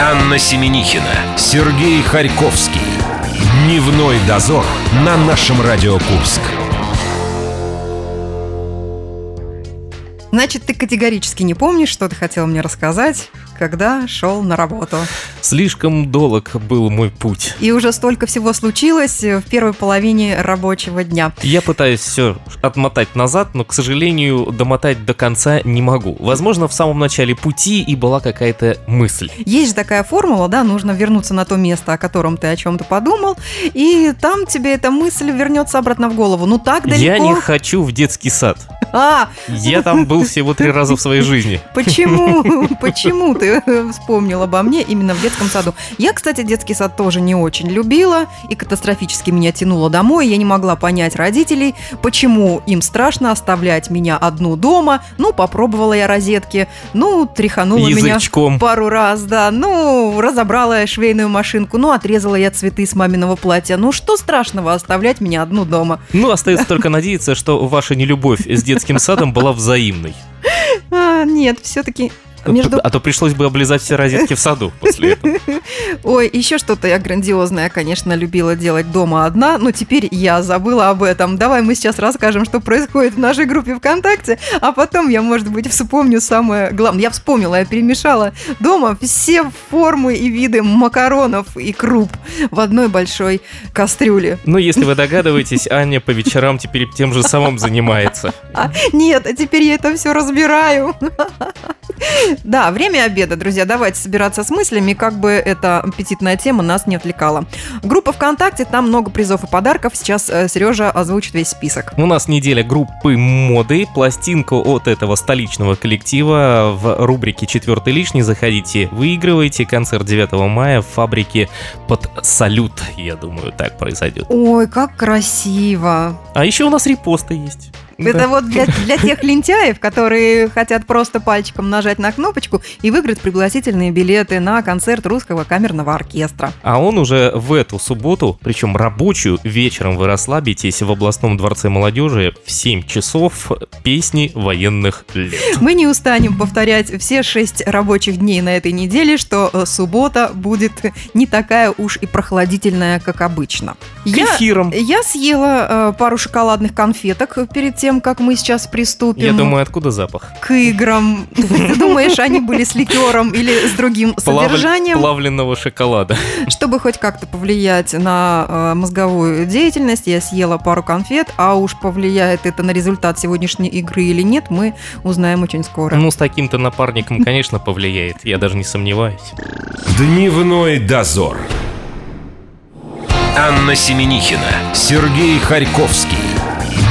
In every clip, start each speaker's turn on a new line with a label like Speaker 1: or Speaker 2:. Speaker 1: Анна Семенихина, Сергей Харьковский. Дневной дозор на нашем Радио Курск.
Speaker 2: Значит, ты категорически не помнишь, что ты хотел мне рассказать, когда шел на работу.
Speaker 3: Слишком долг был мой путь.
Speaker 2: И уже столько всего случилось в первой половине рабочего дня.
Speaker 3: Я пытаюсь все отмотать назад, но, к сожалению, домотать до конца не могу. Возможно, в самом начале пути и была какая-то мысль.
Speaker 2: Есть же такая формула, да, нужно вернуться на то место, о котором ты о чем-то подумал, и там тебе эта мысль вернется обратно в голову. Ну так далеко.
Speaker 3: Я не хочу в детский сад.
Speaker 2: А!
Speaker 3: Я там был всего три раза в своей жизни.
Speaker 2: Почему? Почему ты э, вспомнил обо мне именно в детском саду? Я, кстати, детский сад тоже не очень любила и катастрофически меня тянуло домой. Я не могла понять родителей, почему им страшно оставлять меня одну дома. Ну, попробовала я розетки, ну, тряханула
Speaker 3: Язычком.
Speaker 2: меня пару раз, да. Ну, разобрала я швейную машинку, ну, отрезала я цветы с маминого платья. Ну, что страшного оставлять меня одну дома?
Speaker 3: Ну, остается только надеяться, что ваша нелюбовь с детским садом была взаимной.
Speaker 2: А, нет, все-таки между...
Speaker 3: А то пришлось бы облизать все розетки в саду после этого.
Speaker 2: Ой, еще что-то я грандиозное, конечно, любила делать дома одна, но теперь я забыла об этом. Давай мы сейчас расскажем, что происходит в нашей группе ВКонтакте, а потом я, может быть, вспомню самое главное. Я вспомнила, я перемешала дома все формы и виды макаронов и круп в одной большой кастрюле.
Speaker 3: Ну, если вы догадываетесь, Аня по вечерам теперь тем же самым занимается.
Speaker 2: А, нет, а теперь я это все разбираю. Да, время обеда, друзья. Давайте собираться с мыслями, как бы эта аппетитная тема нас не отвлекала. Группа ВКонтакте, там много призов и подарков. Сейчас э, Сережа озвучит весь список.
Speaker 3: У нас неделя группы моды. Пластинку от этого столичного коллектива в рубрике «Четвертый лишний» заходите, выигрывайте. Концерт 9 мая в фабрике под салют, я думаю, так произойдет.
Speaker 2: Ой, как красиво.
Speaker 3: А еще у нас репосты есть.
Speaker 2: Это
Speaker 3: Да.
Speaker 2: вот для, для тех лентяев, которые хотят просто пальчиком нажать на кнопочку и выиграть пригласительные билеты на концерт русского камерного оркестра.
Speaker 3: А он уже в эту субботу, причем рабочую, вечером вы расслабитесь в областном дворце молодежи в 7 часов песни военных лет.
Speaker 2: Мы не устанем повторять все шесть рабочих дней на этой неделе, что э, суббота будет не такая уж и прохладительная, как обычно. Я,
Speaker 3: Кефиром.
Speaker 2: я съела э, пару шоколадных конфеток перед тем, как мы сейчас приступим
Speaker 3: Я думаю, откуда запах?
Speaker 2: к играм. Ты думаешь, они были с ликером или с другим
Speaker 3: Плавль-
Speaker 2: содержанием?
Speaker 3: Плавленного шоколада.
Speaker 2: Чтобы хоть как-то повлиять на э, мозговую деятельность, я съела пару конфет, а уж повлияет это на результат сегодняшней игры или нет, мы узнаем очень скоро.
Speaker 3: Ну, с таким-то напарником, конечно, повлияет, я даже не сомневаюсь.
Speaker 1: Дневной дозор. Анна Семенихина, Сергей Харьковский.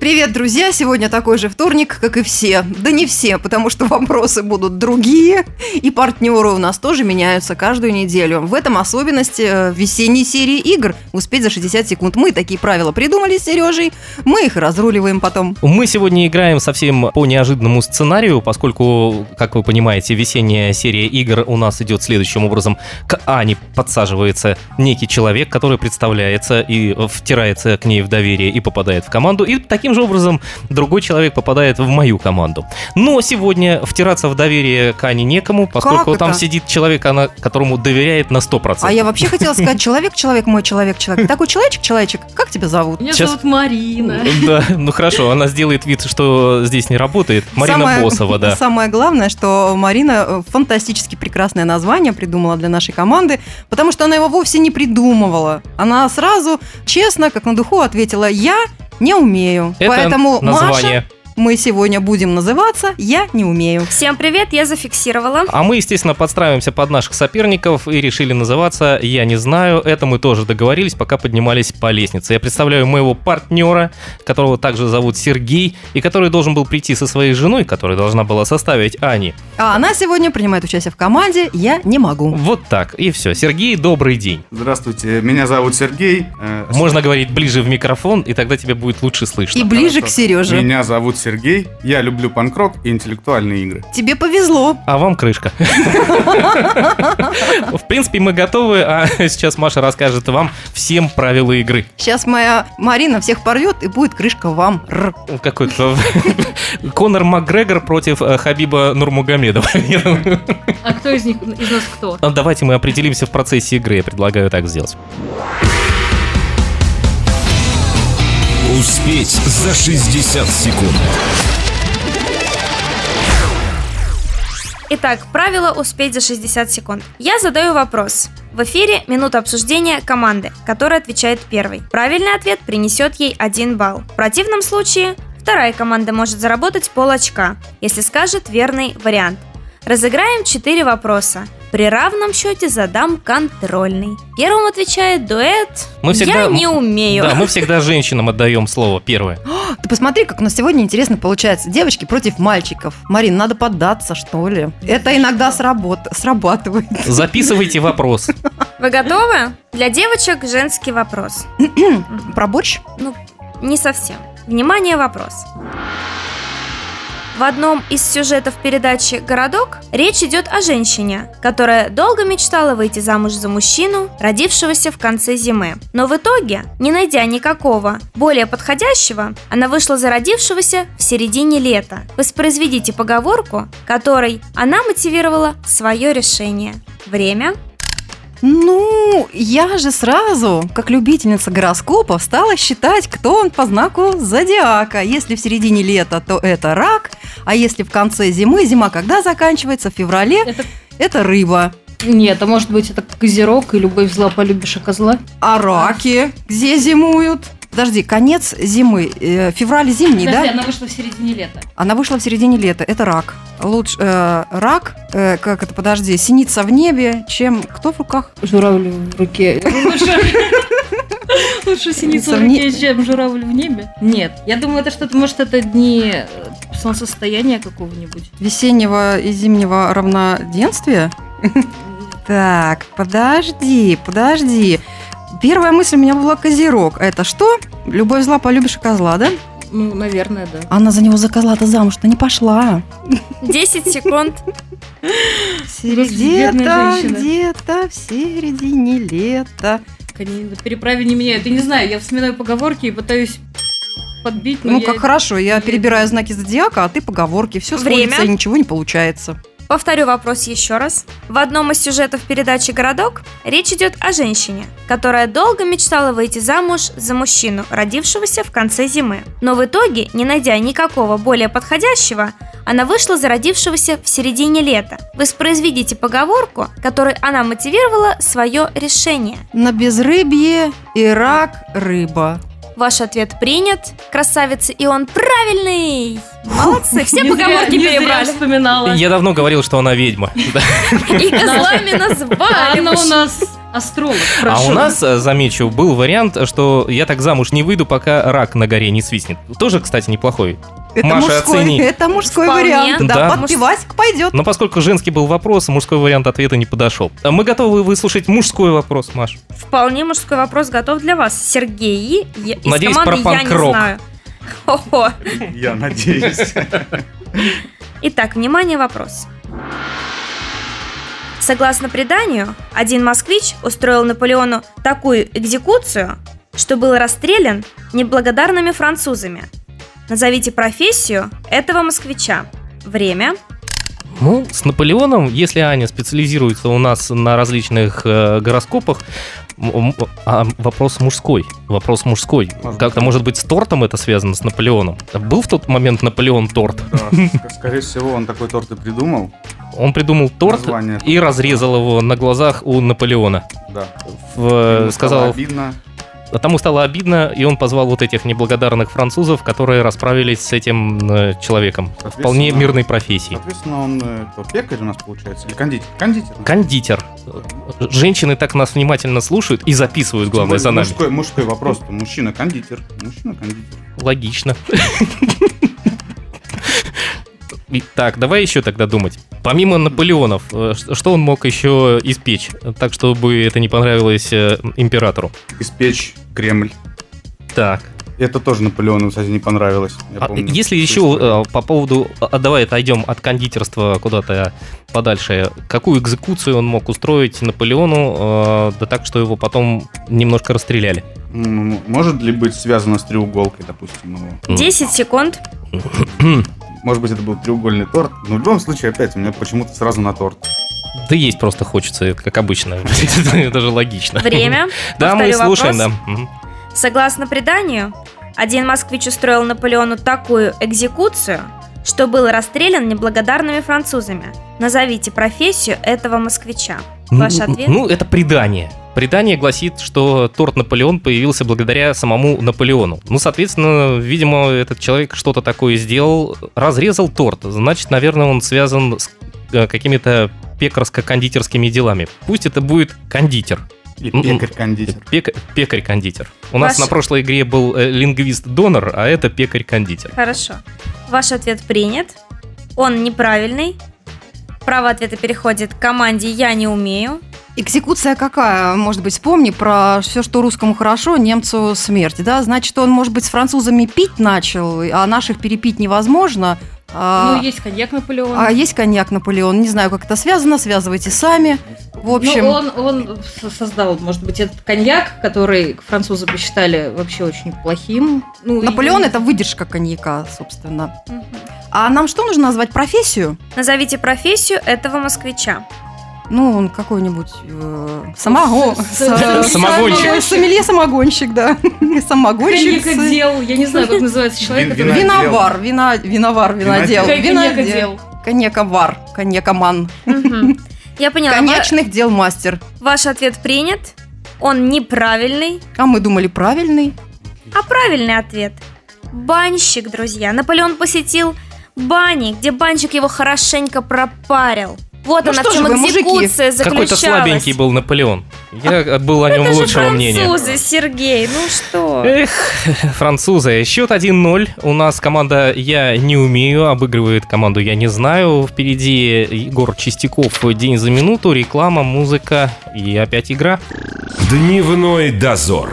Speaker 2: Привет, друзья! Сегодня такой же вторник, как и все. Да не все, потому что вопросы будут другие, и партнеры у нас тоже меняются каждую неделю. В этом особенность э, весенней серии игр «Успеть за 60 секунд». Мы такие правила придумали с Сережей, мы их разруливаем потом.
Speaker 3: Мы сегодня играем совсем по неожиданному сценарию, поскольку, как вы понимаете, весенняя серия игр у нас идет следующим образом. К Ане подсаживается некий человек, который представляется и втирается к ней в доверие и попадает в команду. И таким же образом другой человек попадает в мою команду. Но сегодня втираться в доверие к Ане некому, поскольку
Speaker 2: это?
Speaker 3: там сидит человек, она, которому доверяет на 100%.
Speaker 2: А я вообще хотела сказать «человек-человек, мой человек-человек». Такой человечек-человечек, как тебя зовут?
Speaker 4: Меня
Speaker 3: Сейчас-
Speaker 4: зовут Марина.
Speaker 3: Да, ну хорошо, она сделает вид, что здесь не работает. Марина
Speaker 2: Самое-
Speaker 3: Босова, да.
Speaker 2: Самое главное, что Марина э, фантастически прекрасное название придумала для нашей команды, потому что она его вовсе не придумывала. Она сразу, честно, как на духу, ответила «Я не умею».
Speaker 3: Это
Speaker 2: Поэтому,
Speaker 3: название.
Speaker 2: Маша, мы сегодня будем называться «Я не умею».
Speaker 5: Всем привет, я зафиксировала.
Speaker 3: А мы, естественно, подстраиваемся под наших соперников и решили называться «Я не знаю». Это мы тоже договорились, пока поднимались по лестнице. Я представляю моего партнера, которого также зовут Сергей, и который должен был прийти со своей женой, которая должна была составить Ани.
Speaker 2: А она сегодня принимает участие в команде «Я не могу».
Speaker 3: Вот так, и все. Сергей, добрый день.
Speaker 6: Здравствуйте, меня зовут Сергей. Э,
Speaker 3: Можно говорить ближе в микрофон, и тогда тебя будет лучше слышно.
Speaker 2: И ближе к
Speaker 6: хорошо.
Speaker 2: Сереже.
Speaker 6: Меня зовут
Speaker 4: Сергей, я люблю панкрок и интеллектуальные игры.
Speaker 2: Тебе повезло.
Speaker 3: А вам крышка. В принципе, мы готовы, а сейчас Маша расскажет вам всем правила игры.
Speaker 2: Сейчас моя Марина всех порвет и будет крышка вам. Р.
Speaker 3: Какой-то ну, Конор Макгрегор против э, Хабиба Нурмугамедова. Я думаю.
Speaker 6: А кто из них, из нас кто?
Speaker 3: А Давайте мы определимся в процессе игры, я предлагаю так сделать.
Speaker 1: Успеть за 60 секунд.
Speaker 5: Итак, правило успеть за 60 секунд. Я задаю вопрос. В эфире минута обсуждения команды, которая отвечает первой. Правильный ответ принесет ей 1 балл. В противном случае вторая команда может заработать полочка, если скажет верный вариант. Разыграем 4 вопроса. При равном счете задам контрольный. Первым отвечает дуэт.
Speaker 3: Мы всегда-
Speaker 5: Я не умею.
Speaker 3: Да, мы всегда женщинам отдаем слово первое.
Speaker 2: Ты посмотри, как у нас сегодня интересно получается. Девочки против мальчиков. Марин, надо поддаться, что ли? Это иногда сработ- срабатывает.
Speaker 3: Записывайте вопрос.
Speaker 5: Вы готовы? Для девочек женский вопрос.
Speaker 2: Про борщ?
Speaker 5: Не совсем. Внимание, вопрос. В одном из сюжетов передачи «Городок» речь идет о женщине, которая долго мечтала выйти замуж за мужчину, родившегося в конце зимы. Но в итоге, не найдя никакого, более подходящего, она вышла за родившегося в середине лета. Воспроизведите поговорку, которой она мотивировала свое решение. Время.
Speaker 2: Ну, я же сразу, как любительница гороскопов, стала считать, кто он по знаку зодиака. Если в середине лета, то это рак, а если в конце зимы, зима когда заканчивается, в феврале, это,
Speaker 6: Это-
Speaker 2: рыба.
Speaker 6: Нет, а может быть это козерог и любовь зла полюбишь, а козла?
Speaker 2: А раки где зимуют? Подожди, конец зимы, э, февраль зимний,
Speaker 6: Подожди,
Speaker 2: да?
Speaker 6: она вышла в середине лета.
Speaker 2: Она вышла в середине лета, это рак. Лучше э, рак, э, как это, подожди, синица в небе, чем кто в руках?
Speaker 6: Журавль в руке. Лучше лучше синица в
Speaker 2: Сомне-
Speaker 6: руке, чем журавль в небе. Нет, я думаю, это что-то, может, это дни э, солнцестояния какого-нибудь.
Speaker 2: Весеннего и зимнего равноденствия? Так, подожди, подожди. Первая мысль у меня была козерог. Это что? Любовь зла полюбишь и козла, да?
Speaker 6: Ну, наверное, да.
Speaker 2: Она за него за козла-то замуж-то не пошла.
Speaker 5: 10 секунд.
Speaker 6: бедная
Speaker 2: Где-то,
Speaker 6: женщина.
Speaker 2: где-то в середине лета.
Speaker 6: Они на переправе не меняют. Я не знаю, я вспоминаю поговорки и пытаюсь подбить, но
Speaker 2: Ну,
Speaker 6: я-
Speaker 2: как хорошо, я перебираю знаки зодиака, а ты поговорки. Все
Speaker 5: Время.
Speaker 2: сходится, и ничего не получается.
Speaker 5: Повторю вопрос еще раз. В одном из сюжетов передачи «Городок» речь идет о женщине, которая долго мечтала выйти замуж за мужчину, родившегося в конце зимы. Но в итоге, не найдя никакого более подходящего, она вышла за родившегося в середине лета. Воспроизведите поговорку, которой она мотивировала свое решение.
Speaker 2: На безрыбье и рак рыба.
Speaker 5: Ваш ответ принят. Красавица, и он правильный! Молодцы, все
Speaker 6: Не зря-
Speaker 5: поговорки
Speaker 6: не зря
Speaker 5: перебрали.
Speaker 6: вспоминала.
Speaker 3: Я давно говорил, что она ведьма. Да.
Speaker 5: И козлами
Speaker 6: А
Speaker 5: назвали.
Speaker 6: она у
Speaker 5: мужчин.
Speaker 6: нас астролог.
Speaker 3: А
Speaker 6: прошу.
Speaker 3: у нас, э, замечу, был вариант, что я так замуж не выйду, пока рак на горе не свистнет. Тоже, кстати, неплохой.
Speaker 2: Это
Speaker 3: Маша,
Speaker 2: мужской,
Speaker 3: оцени.
Speaker 2: это мужской
Speaker 5: Вполне.
Speaker 2: вариант. Да,
Speaker 3: Да.
Speaker 2: подпивасик пойдет.
Speaker 3: Но поскольку женский был вопрос, мужской вариант ответа не подошел. А Мы готовы выслушать мужской вопрос, Маш.
Speaker 5: Вполне мужской вопрос готов для вас. Сергей я- из
Speaker 3: Надеюсь,
Speaker 5: команды
Speaker 3: про
Speaker 5: «Я не
Speaker 3: панк-рок».
Speaker 5: знаю». Хо-хо.
Speaker 4: Я надеюсь.
Speaker 5: Итак, внимание, вопрос. Согласно преданию, один москвич устроил Наполеону такую экзекуцию, что был расстрелян неблагодарными французами. Назовите профессию этого москвича. Время.
Speaker 3: Ну, с Наполеоном, если Аня специализируется у нас на различных э, гороскопах, м- м- а вопрос мужской. Вопрос мужской.
Speaker 4: Возможно.
Speaker 3: Как-то, может быть, с тортом это связано, с Наполеоном? Был в тот момент Наполеон торт?
Speaker 4: Да, Скорее всего, он такой торт и придумал.
Speaker 3: Он придумал торт
Speaker 4: Название.
Speaker 3: и разрезал его на глазах у Наполеона.
Speaker 4: Да.
Speaker 3: В- э,
Speaker 4: Ему стало
Speaker 3: сказал,
Speaker 4: обидно.
Speaker 3: А Тому стало обидно, и он позвал вот этих неблагодарных французов, которые расправились с этим э, человеком. Вполне
Speaker 4: Соответственно,
Speaker 3: мирной профессии.
Speaker 4: Соответственно, он э, кто, пекарь у нас получается? Или кондитер? Кондитер.
Speaker 3: Кондитер. Женщины так нас внимательно слушают и записывают, главное, за нами.
Speaker 4: Мужской, мужской вопрос. Мужчина кондитер. Мужчина кондитер.
Speaker 3: Логично. Итак, давай еще тогда думать. Помимо Наполеонов, э, ш- что он мог еще испечь, так чтобы это не понравилось э, императору?
Speaker 4: Испечь Кремль.
Speaker 3: Так,
Speaker 4: Это тоже Наполеону, кстати, не понравилось. я
Speaker 3: А,
Speaker 4: помню
Speaker 3: Если
Speaker 4: эту
Speaker 3: еще
Speaker 4: историю.
Speaker 3: э, по поводу, а, давай отойдем от кондитерства куда-то подальше, какую экзекуцию он мог устроить Наполеону, э, да так, что его потом немножко расстреляли?
Speaker 4: М, Может ли быть связано с треуголкой, допустим, его?
Speaker 5: 10 секунд.
Speaker 3: Хм.
Speaker 4: Может быть, это был треугольный торт, но в любом случае, опять, у меня почему-то сразу на торт.
Speaker 3: Да есть просто хочется, это как обычно, это же логично.
Speaker 5: Время.
Speaker 3: Да, мы
Speaker 5: Повторю
Speaker 3: слушаем, да.
Speaker 5: вопрос.
Speaker 3: Мгм.
Speaker 5: Согласно преданию, один москвич устроил Наполеону такую экзекуцию, что был расстрелян неблагодарными французами. Назовите профессию этого москвича. Ваш
Speaker 3: Ну,
Speaker 5: ответ?
Speaker 3: Ну, это предание. Предание гласит, что торт Наполеон появился благодаря самому Наполеону. Ну, соответственно, видимо, этот человек что-то такое сделал, разрезал торт. Значит, наверное, он связан с э, какими-то пекарско-кондитерскими делами. Пусть это будет кондитер.
Speaker 4: Или
Speaker 3: М-м.
Speaker 4: пекарь-кондитер.
Speaker 3: Пек- пекарь-кондитер. У нас
Speaker 5: Ваш-
Speaker 3: на прошлой игре был э, лингвист-донор, а это пекарь-кондитер.
Speaker 5: Хорошо. Ваш ответ принят. Он неправильный. Право ответа переходит к команде «Я не умею».
Speaker 2: Экзекуция какая? Может быть, вспомни про все, что русскому хорошо, немцу смерть. Да? Значит, он, может быть, с французами пить начал, а наших перепить невозможно. А,
Speaker 6: Ну, есть коньяк Наполеон.
Speaker 2: а есть коньяк Наполеон. Не знаю, как это связано, связывайте сами. В общем,
Speaker 6: Ну, он, он со- создал, может быть, этот коньяк, который французы посчитали вообще очень плохим. Ну, и-
Speaker 2: Наполеон это выдержка коньяка, собственно. А нам что нужно назвать? Профессию?
Speaker 5: Назовите профессию этого москвича.
Speaker 2: Ну, он какой-нибудь э, самого...
Speaker 6: С- с-
Speaker 2: са-
Speaker 3: Самогонщик.
Speaker 2: Сомелье самогонщик, да. Самогонщик.
Speaker 6: Коньяк дел. Я не знаю, как называется человек,
Speaker 4: Вин-
Speaker 6: который...
Speaker 2: Виновар, вина, виновар, винодел.
Speaker 6: Коньякодел.
Speaker 2: Коньяковар, коньякоман.
Speaker 5: Мгм. Я поняла.
Speaker 2: Конечных дел мастер.
Speaker 5: Ва- Ваш ответ принят. Он неправильный.
Speaker 2: А мы думали, правильный.
Speaker 5: А правильный ответ – банщик, друзья. Наполеон посетил бани, где банщик его хорошенько пропарил. Вот
Speaker 2: Ну
Speaker 5: она
Speaker 2: что
Speaker 5: в чем
Speaker 2: же вы, мужики?
Speaker 5: экзекуция заключалась.
Speaker 3: Какой-то слабенький был Наполеон. Я был о нем
Speaker 5: Это же
Speaker 3: лучшего мнения. Э.
Speaker 5: французы, Сергей, ну что?
Speaker 3: Эх, французы. Счет 1-0. У нас команда «Я не умею» обыгрывает команду «Я не знаю». Впереди Егор Чистяков «День за минуту», реклама, музыка и опять игра.
Speaker 1: Дневной дозор.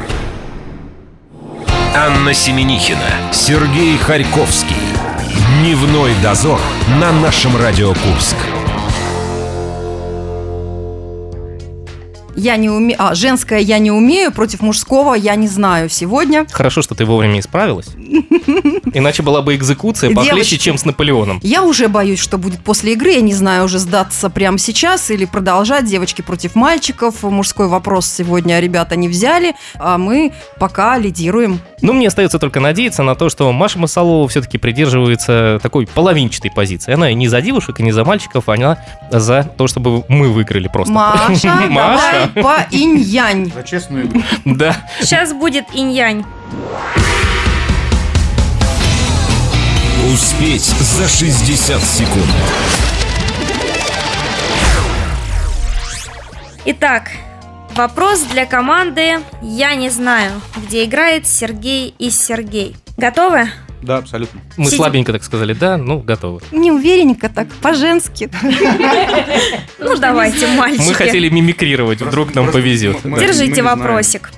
Speaker 1: Анна Семенихина, Сергей Харьковский. Дневной дозор на нашем Радио Курск.
Speaker 2: Я не умею... А, женское я не умею, против мужского я не знаю сегодня.
Speaker 3: Хорошо, что ты вовремя исправилась. Иначе была бы экзекуция похлеще,
Speaker 2: Девочки.
Speaker 3: чем с Наполеоном.
Speaker 2: Я уже боюсь, что будет после игры. Я не знаю, уже сдаться прямо сейчас или продолжать. Девочки против мальчиков. Мужской вопрос сегодня ребята не взяли, а мы пока лидируем.
Speaker 3: Но мне остается только надеяться на то, что Маша Масалова все-таки придерживается такой половинчатой позиции. Она не за девушек и не за мальчиков, а она за то, чтобы мы выиграли просто.
Speaker 2: Маша, давай
Speaker 3: Маша.
Speaker 2: по инь-янь.
Speaker 4: За честную игру.
Speaker 3: Да.
Speaker 5: Сейчас будет инь-янь.
Speaker 1: Успеть за 60 секунд.
Speaker 5: Итак, вопрос для команды «Я не знаю», где играет Сергей и Сергей. Готовы?
Speaker 4: Да, абсолютно.
Speaker 3: Мы
Speaker 5: Сидим.
Speaker 3: слабенько так сказали, да, ну, готовы.
Speaker 2: Неуверенненько так, по-женски.
Speaker 5: Ну, давайте, мальчики.
Speaker 3: Мы хотели мимикрировать, вдруг нам
Speaker 4: Просто
Speaker 3: повезет.
Speaker 4: мы- мы- мы не
Speaker 5: Держите
Speaker 4: знаем.
Speaker 5: вопросик.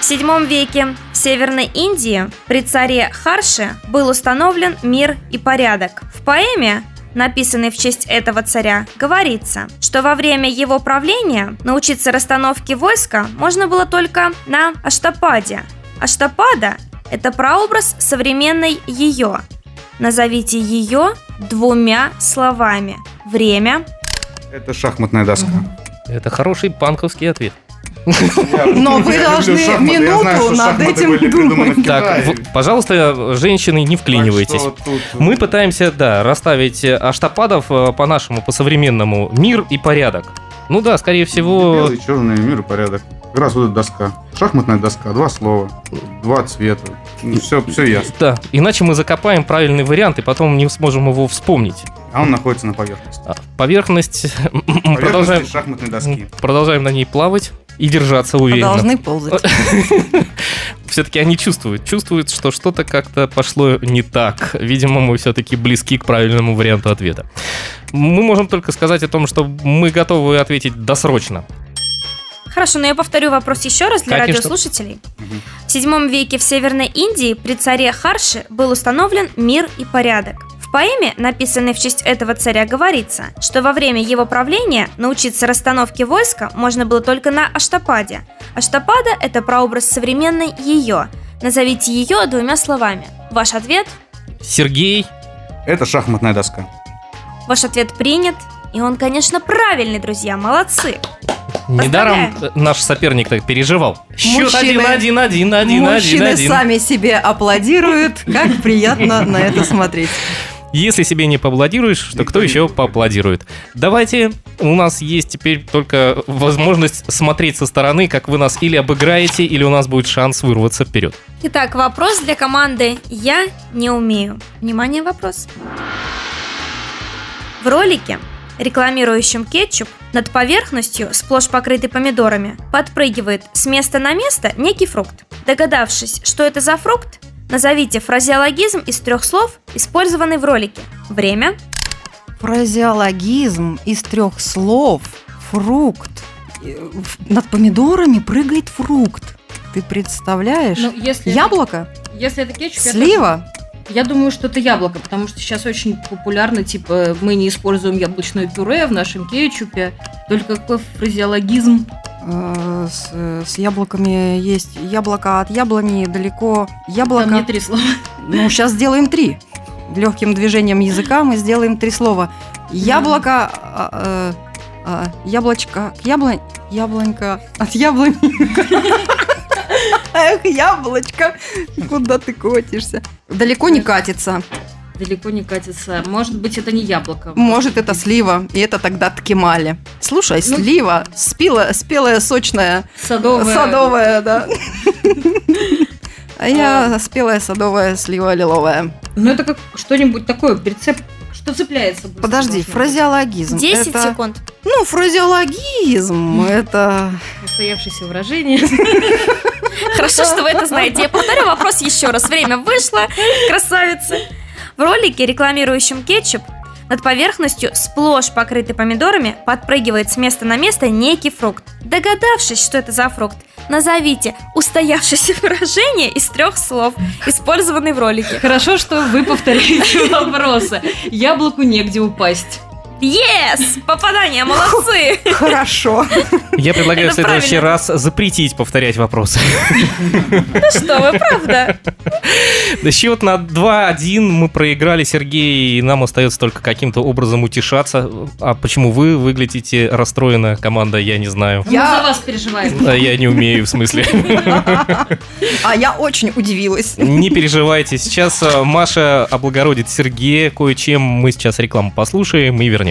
Speaker 5: В VII веке в Северной Индии при царе Харше был установлен мир и порядок. В поэме написанной в честь этого царя, говорится, что во время его правления научиться расстановке войска можно было только на Аштападе. Аштапада – это прообраз современной ее. Назовите ее двумя словами. Время.
Speaker 4: Это шахматная доска.
Speaker 3: Это хороший панковский ответ.
Speaker 2: Но вы должны минуту над этим думать.
Speaker 3: Так, в- пожалуйста, женщины, не вклинивайтесь. Мы пытаемся, да, расставить э, аштападов э, по-нашему, по-современному. Мир и порядок. Ну да, скорее всего,
Speaker 4: Белый, черный, мир и порядок. Как раз вот эта доска. Шахматная доска, два слова, два цвета. Все, все ясно.
Speaker 3: да. Иначе мы закопаем правильный вариант и потом не сможем его вспомнить.
Speaker 4: А он находится на поверхности.
Speaker 3: А, Поверхность.
Speaker 4: Поверхности
Speaker 3: Продолжаем.
Speaker 4: шахматной доски.
Speaker 3: Продолжаем на ней плавать и держаться уверенно.
Speaker 2: Должны ползать.
Speaker 3: Все-таки они чувствуют, чувствуют, что что-то как-то пошло не так. Видимо, мы все-таки близки к правильному варианту ответа. Мы можем только сказать о том, что мы готовы ответить досрочно.
Speaker 5: Хорошо, но я повторю вопрос еще раз для
Speaker 3: Конечно.
Speaker 5: радиослушателей.
Speaker 4: Мгм.
Speaker 5: В VII веке в Северной Индии при царе Харше был установлен мир и порядок. В поэме, написанной в честь этого царя, говорится, что во время его правления научиться расстановке войска можно было только на Аштападе. Аштапада – это прообраз современной ее. Назовите ее двумя словами. Ваш ответ?
Speaker 3: Сергей,
Speaker 4: Это шахматная доска.
Speaker 5: Ваш ответ принят. И он, конечно, правильный, друзья, молодцы.
Speaker 3: недаром э, наш соперник так переживал. Счет
Speaker 7: Мужчины. Мужчины
Speaker 3: 1-1-1-1-1-1.
Speaker 7: сами себе аплодируют. Как приятно на это смотреть.
Speaker 3: Если себе не поаплодируешь, то кто еще поаплодирует? Давайте, у нас есть теперь только возможность смотреть со стороны, как вы нас или обыграете, или у нас будет шанс вырваться вперед.
Speaker 5: Итак, вопрос для команды «Я не умею». Внимание, вопрос. В ролике, рекламирующем кетчуп, над поверхностью, сплошь покрытой помидорами, подпрыгивает с места на место некий фрукт. Догадавшись, что это за фрукт, назовите фразеологизм из трех слов, использованный в ролике. Время.
Speaker 2: Фразеологизм из трех слов. Фрукт. Э, в- Над помидорами прыгает фрукт. Ты представляешь?
Speaker 6: Ну, если,
Speaker 2: Яблоко?
Speaker 6: если это кетчуп, я
Speaker 2: Слива?
Speaker 6: тоже- Я думаю, что это яблоко, потому что сейчас очень популярно, типа, мы не используем яблочное пюре в нашем кетчупе. Только какой фразеологизм.
Speaker 2: Э, С, э, с яблоками есть яблоко от яблони далеко. Яблоко.
Speaker 6: Там не три слова.
Speaker 2: Ну, сейчас сделаем три. Легким движением языка мы сделаем три слова. Яблоко, а, э, а, яблочко, яблонь, яблонька, от яблони.
Speaker 7: Эх, яблочко, куда ты котишься?
Speaker 2: Далеко не катится.
Speaker 6: Далеко не катится. Может быть, это не яблоко.
Speaker 2: Может, это слива, и это тогда ткемали. Слушай,
Speaker 6: Ну-
Speaker 2: слива, спила, спелая, сочная,
Speaker 6: садовое.
Speaker 2: садовая, да. А я спелая, садовая, слива, лиловая.
Speaker 6: Ну, это как что-нибудь такое, прицеп, что цепляется. быстро
Speaker 2: Подожди,
Speaker 6: должно быть.
Speaker 2: фразеологизм.
Speaker 5: 10
Speaker 2: это-
Speaker 5: секунд.
Speaker 2: Ну, фразеологизм, это...
Speaker 6: Устоявшееся выражение.
Speaker 5: Хорошо, что вы это знаете. Я повторю вопрос еще раз. Время вышло. Красавица. В ролике, рекламирующем кетчуп, над поверхностью, сплошь покрытой помидорами, подпрыгивает с места на место некий фрукт. Догадавшись, что это за фрукт, назовите устоявшееся выражение из трех слов, использованный в ролике.
Speaker 6: Хорошо, что вы повторяете вопросы. Яблоку негде упасть.
Speaker 5: Yes! Попадание, молодцы!
Speaker 7: Хорошо.
Speaker 3: Я предлагаю в
Speaker 5: Это
Speaker 3: следующий
Speaker 5: правильно.
Speaker 3: раз запретить повторять вопросы.
Speaker 5: Ну что вы, правда?
Speaker 3: Да Счет на 2-1 мы проиграли, Сергей, и нам остается только каким-то образом утешаться. А почему вы выглядите расстроена, команда, я не знаю.
Speaker 6: Мы
Speaker 7: Я-
Speaker 6: за вас переживаем.
Speaker 3: А я не умею, в смысле.
Speaker 7: А я очень удивилась.
Speaker 3: Не переживайте, сейчас э, Маша облагородит Сергея кое-чем. Мы сейчас рекламу послушаем и вернемся.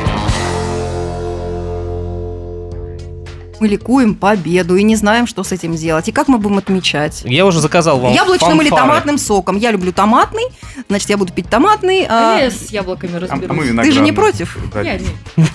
Speaker 2: Мы ликуем победу и не знаем, что с этим делать. И как мы будем отмечать?
Speaker 3: Я уже заказал вам
Speaker 2: Яблочным или
Speaker 3: фанфары.
Speaker 2: томатным соком. Я люблю томатный, значит, я буду пить томатный. а-
Speaker 6: А я с яблоками разберусь.
Speaker 2: Ты же не против?
Speaker 6: Я не-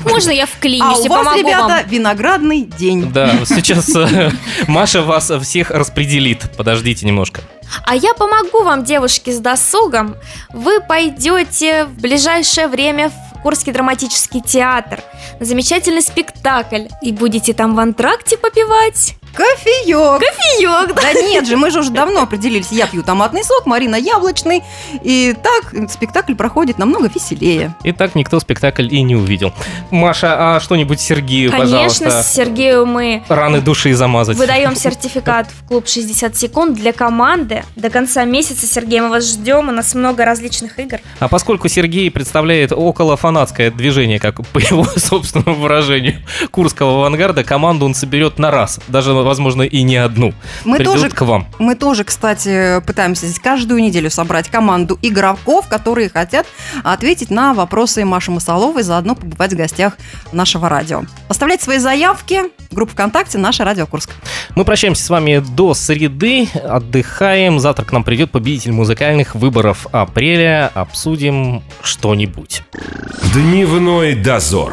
Speaker 5: Можно я
Speaker 2: А
Speaker 5: вклинюсь
Speaker 2: у
Speaker 5: и
Speaker 2: вас,
Speaker 5: помогу
Speaker 2: ребята,
Speaker 5: вам?
Speaker 2: виноградный день.
Speaker 3: Да, сейчас э, Маша вас всех распределит. Подождите немножко.
Speaker 5: А я помогу вам, девушки, с досугом. Вы пойдете в ближайшее время в Курский драматический театр на замечательный спектакль и будете там в антракте попивать.
Speaker 2: Кофеек.
Speaker 5: Пиёк, да?
Speaker 2: Да нет же, мы же уже давно определились. Я пью томатный сок, Марина яблочный. И так спектакль проходит намного веселее.
Speaker 3: И так никто спектакль и не увидел. Маша, а что-нибудь Сергею,
Speaker 5: Конечно,
Speaker 3: пожалуйста.
Speaker 5: с Сергею мы
Speaker 3: Раны души замазать.
Speaker 5: выдаем сертификат в клуб 60 секунд для команды. До конца месяца, Сергей, мы вас ждем. У нас много различных игр.
Speaker 3: А поскольку Сергей представляет около фанатское движение, как по его собственному выражению, курского авангарда, команду он соберет на раз. Даже, возможно, и не одну.
Speaker 2: Мы
Speaker 3: Придут
Speaker 2: тоже
Speaker 3: к вам.
Speaker 2: Мы тоже, кстати, пытаемся здесь каждую неделю собрать команду игроков, которые хотят ответить на вопросы Маши Масоловой, заодно побывать в гостях нашего радио. Оставляйте свои заявки в группу ВКонтакте «Наше радио Курск».
Speaker 3: Мы прощаемся с вами до среды, отдыхаем. Завтра к нам придет победитель музыкальных выборов апреля. Обсудим что-нибудь.
Speaker 1: Дневной дозор.